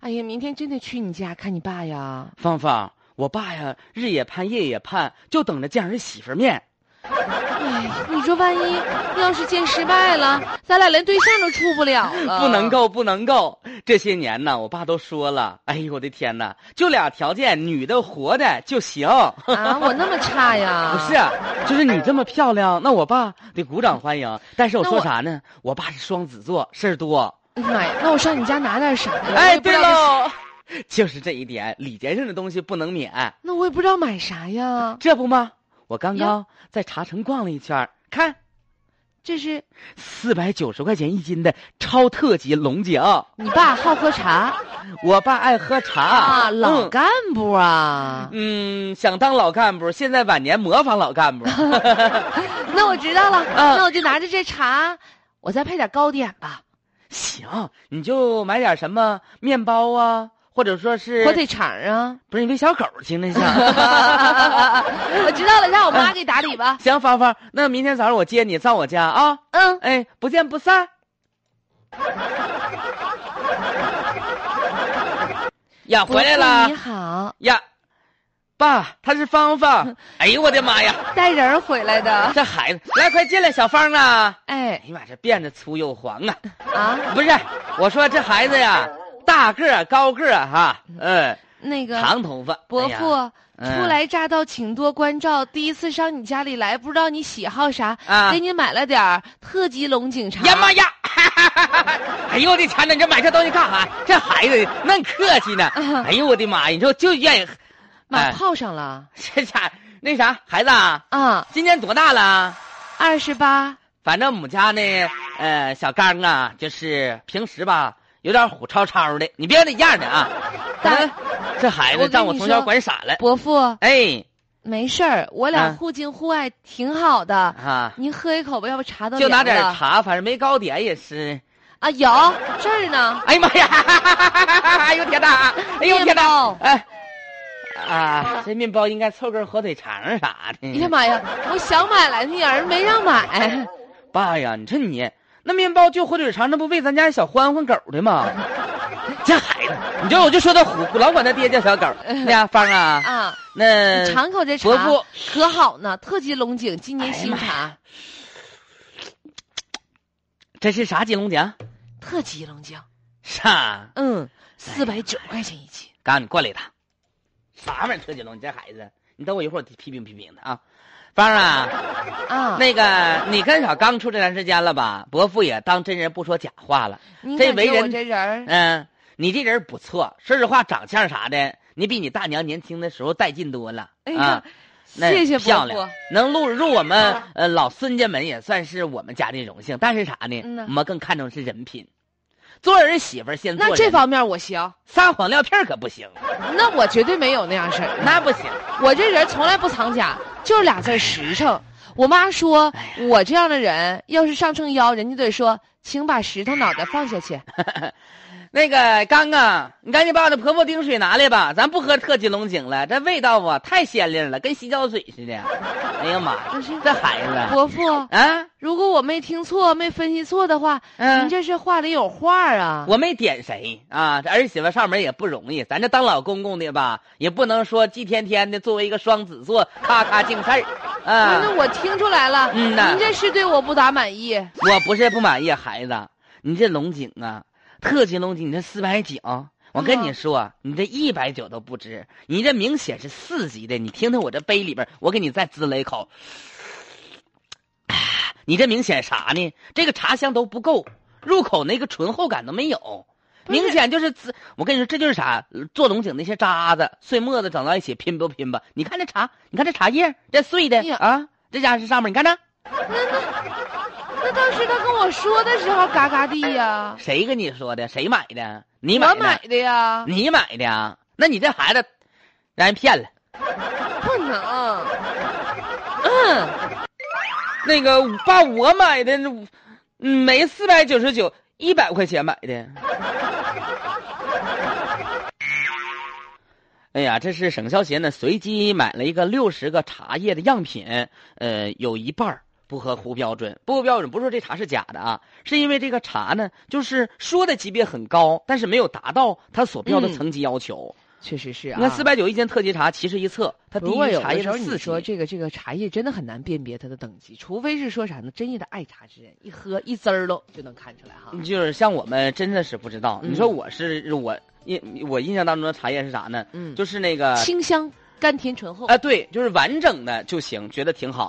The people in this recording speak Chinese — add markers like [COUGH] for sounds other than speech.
哎呀，明天真得去你家看你爸呀！芳芳，我爸呀，日也盼，夜也盼，就等着见儿媳妇儿面。哎，你说万一要是见失败了，咱俩连对象都处不了了。不能够，不能够！这些年呢，我爸都说了，哎呦我的天哪，就俩条件，女的活的就行。啊！我那么差呀？不是，啊就是你这么漂亮，那我爸得鼓掌欢迎。但是我那说我啥呢？我爸是双子座，事儿多。哎呀妈呀，那我上你家拿点啥呀？我哎，也不知对道这是，喽，就是这一点，礼节上的东西不能免。那我也不知道买啥呀。这不吗？我刚呀刚在茶城逛了一圈儿，看这是四百九十块钱一斤的超特级龙井，你爸好喝茶我爸爱喝茶啊，老嗯干部啊。嗯，想当老干部，现在晚年模仿老干部。 [LAUGHS] 那我知道了，啊那我就拿着这茶，我再配点糕点吧，行，你就买点什么面包啊，或者说是火腿肠 [LAUGHS] 啊。不是你喂小狗儿听 [LAUGHS] 着像。我知道了，让我妈给打理吧。行，芳芳，那明天早上我接你上我家啊，嗯，哎，不见不散。呀，回伯来父你啦！好，呀，爸，她是芳芳。 [LAUGHS] 哎呦我的妈呀，带人儿回来的。这孩子，来快进来，小芳啊！哎哎呀妈，这辫子粗又黄啊！啊，不是，我说这孩子呀，大个儿高个儿哈，嗯，那个长头发。伯哎呀父，初来乍到，请多关照。第一次上你家里来，不知道你喜好啥，啊给你买了点儿特级龙井茶。呀妈 [LAUGHS] 呀！哎呦我的天哪！你这买这东西干啥？这孩子那客气呢。哎呦我的妈呀！你说就愿意，妈哎嗯泡上了这家那啥孩子啊，啊，今年多大了？二十八。反正我们家那呃小刚啊，就是平时吧有点虎超超的，你别那样的啊。但这孩子我跟你说让我从小管傻了。伯父哎没事儿，我俩啊互敬互爱挺好的。啊，您喝一口吧，要不茶都就拿凉点了茶，反正没糕点也是。啊，有这儿呢。哎呀 [LAUGHS] 妈呀！哎呦天哪！哎呦天面哪包！哎，啊，这面包应该凑根火腿肠啥的。哎呀妈呀，我想买来那人没让哎买。爸呀，你说你那面包就火腿肠，那不喂咱家小欢欢狗的吗？这孩子，你这我就说他虎，老管他爹叫小狗。那呀，芳啊，嗯啊，那你尝口这茶伯父，可好呢，特级龙井，今年哎呀新妈呀茶，这是啥金龙井？特级龙井。啊啥？嗯，四哎百九块钱一斤。刚你过来一趟。啥玩意儿特金龙？你这孩子，你等我一会儿，我批评批评他啊。芳啊，啊，那个，你跟小刚处这段时间了吧？伯父也当真人不说假话了。您这感为觉我人这人儿嗯，你这人不错，说实话，长相啥的，你比你大娘年轻的时候带劲多了。哎啊呀，那谢谢漂伯亮父。，能录入我们呃老孙家门也算是我们家的荣幸。但是啥呢？嗯呐我们更看重是人品，做人媳妇儿先做那人。这方面我行，撒谎撂片儿可不行，那我绝对没有那样式儿。那不行。我这人从来不藏家，就是俩字儿实诚。我妈说哎呀，我这样的人要是上秤腰，人家得说，请把石头脑袋放下去。那个刚刚，你赶紧把我的婆婆丁水拿来吧，咱不喝特级龙井了，这味道啊太鲜亮了，跟洗脚水似的。 [LAUGHS] 哎呀妈呀但是，这孩子伯父，啊，如果我没听错、没分析错的话，您嗯、这是话里有话啊。我没点谁啊，这儿媳妇上门也不容易，咱这当老公公的吧，也不能说祭天天的，作为一个双子座，咔咔净事儿啊。那我听出来了，嗯呐您这是对我不咋满意。我不是不满意，孩子，你这龙井啊，特级龙井，你这四百九，我跟嗯你说，你这一百九都不值，你这明显是四级的，你听听我这杯里边，我给你再滋了一口， [SIGHS] 啊你这明显啥呢？这个茶香都不够，入口那个醇厚感都没有。不是明显就是滋，我跟你说，这就是啥？做龙井那些渣子、碎沫子整到一起拼吧拼吧。你看这茶，你看这茶叶，这碎的哎呀啊，这家伙是上面，你看着那当时他跟我说的时候，嘎嘎地呀，谁跟你说的？谁买的？你买我的？买的呀，你买的啊？那你这孩子让人骗了。不能。嗯，那个爸，我买的，嗯没四百九十九，一百块钱买的。 [LAUGHS] 哎呀，这是省消协呢，随机买了一个六十个茶叶的样品，呃，有一半儿不合乎标准，不合标准不是说这茶是假的啊，是因为这个茶呢，就是说的级别很高，但是没有达到它所标的嗯层级要求。 [LAUGHS] 确实是啊。你看四百九一斤特级茶，其实一测它低不过于有茶叶的时的候你四说级。这个这个茶叶真的很难辨别它的等级，除非是说啥呢？真正的爱茶之人，一喝一滋儿喽就能看出来哈。就是像我们真的是不知道，嗯你说我是我印我印象当中的茶叶是啥呢？嗯，就是那个哎清香、甘甜醇厚。啊，对，就是完整的就行，觉得挺好。